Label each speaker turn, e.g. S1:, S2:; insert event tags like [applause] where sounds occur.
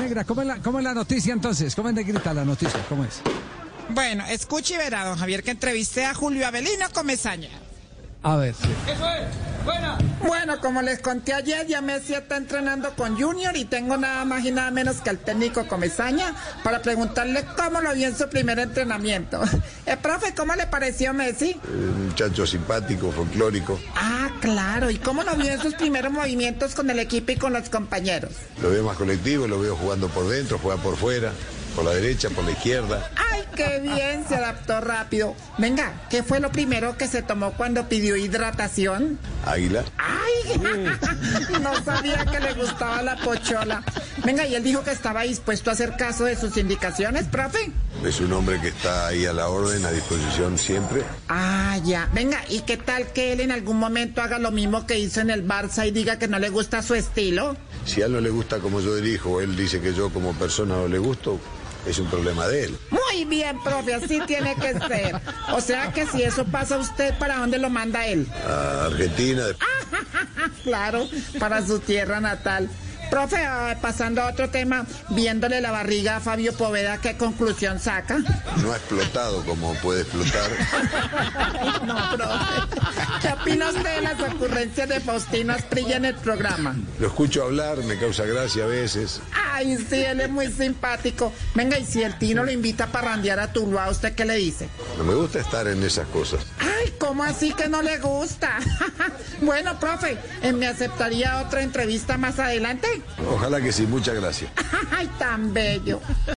S1: Negra, ¿cómo es, la, ¿cómo es la noticia entonces? ¿Cómo es negrita la noticia? ¿Cómo es?
S2: Bueno, escuche y verá, don Javier, que entrevisté a Julio Avelino Comezaña.
S1: A ver, sí.
S3: Eso es, buena.
S2: Bueno, como les conté ayer, ya Messi está entrenando con Junior y tengo nada más y nada menos que al técnico Comezaña para preguntarle cómo lo vio en su primer entrenamiento. [laughs] Eh, profe, ¿cómo le pareció Messi?
S4: Un muchacho simpático, folclórico.
S2: Ah, claro. ¿Y cómo lo vio en sus primeros movimientos con el equipo y con los compañeros?
S4: Lo veo más colectivo, lo veo jugando por dentro, juega por fuera, por la derecha, por la izquierda.
S2: ¡Ay, qué bien! Se adaptó rápido. Venga, ¿qué fue lo primero que se tomó cuando pidió hidratación?
S4: Águila.
S2: ¡Ay! No sabía que le gustaba la pochola. Venga, y él dijo que estaba dispuesto a hacer caso de sus indicaciones, profe.
S4: Es un hombre que está ahí a la orden, a disposición siempre.
S2: Ah, ya. Venga, ¿y qué tal que él en algún momento haga lo mismo que hizo en el Barça y diga que no le gusta su estilo?
S4: Si a él no le gusta como yo dirijo, él dice que yo como persona no le gusto, es un problema de él.
S2: Muy bien, profe, así tiene que ser. O sea que si eso pasa a usted, ¿para dónde lo manda él? [laughs]
S4: A Argentina, de-
S2: Claro, para su tierra natal. Profe, ah, pasando a otro tema, viéndole la barriga a Fabio Poveda, ¿qué conclusión saca?
S4: no ha explotado como puede explotar.
S2: No, profe. ¿Qué opina usted de las ocurrencias de Faustino Asprilla en el programa?
S4: Lo escucho hablar, me causa gracia a veces.
S2: Ay, sí, él es muy simpático. Venga, y si el Tino lo invita a parrandear a Tuluá, ¿usted qué le dice?
S4: No me gusta estar en esas cosas.
S2: Ay, ¿cómo así que no le gusta? [laughs] bueno, profe, eh, ¿me aceptaría otra entrevista más adelante? [laughs]
S4: Ojalá que sí, muchas gracias.
S2: Ay, tan bello.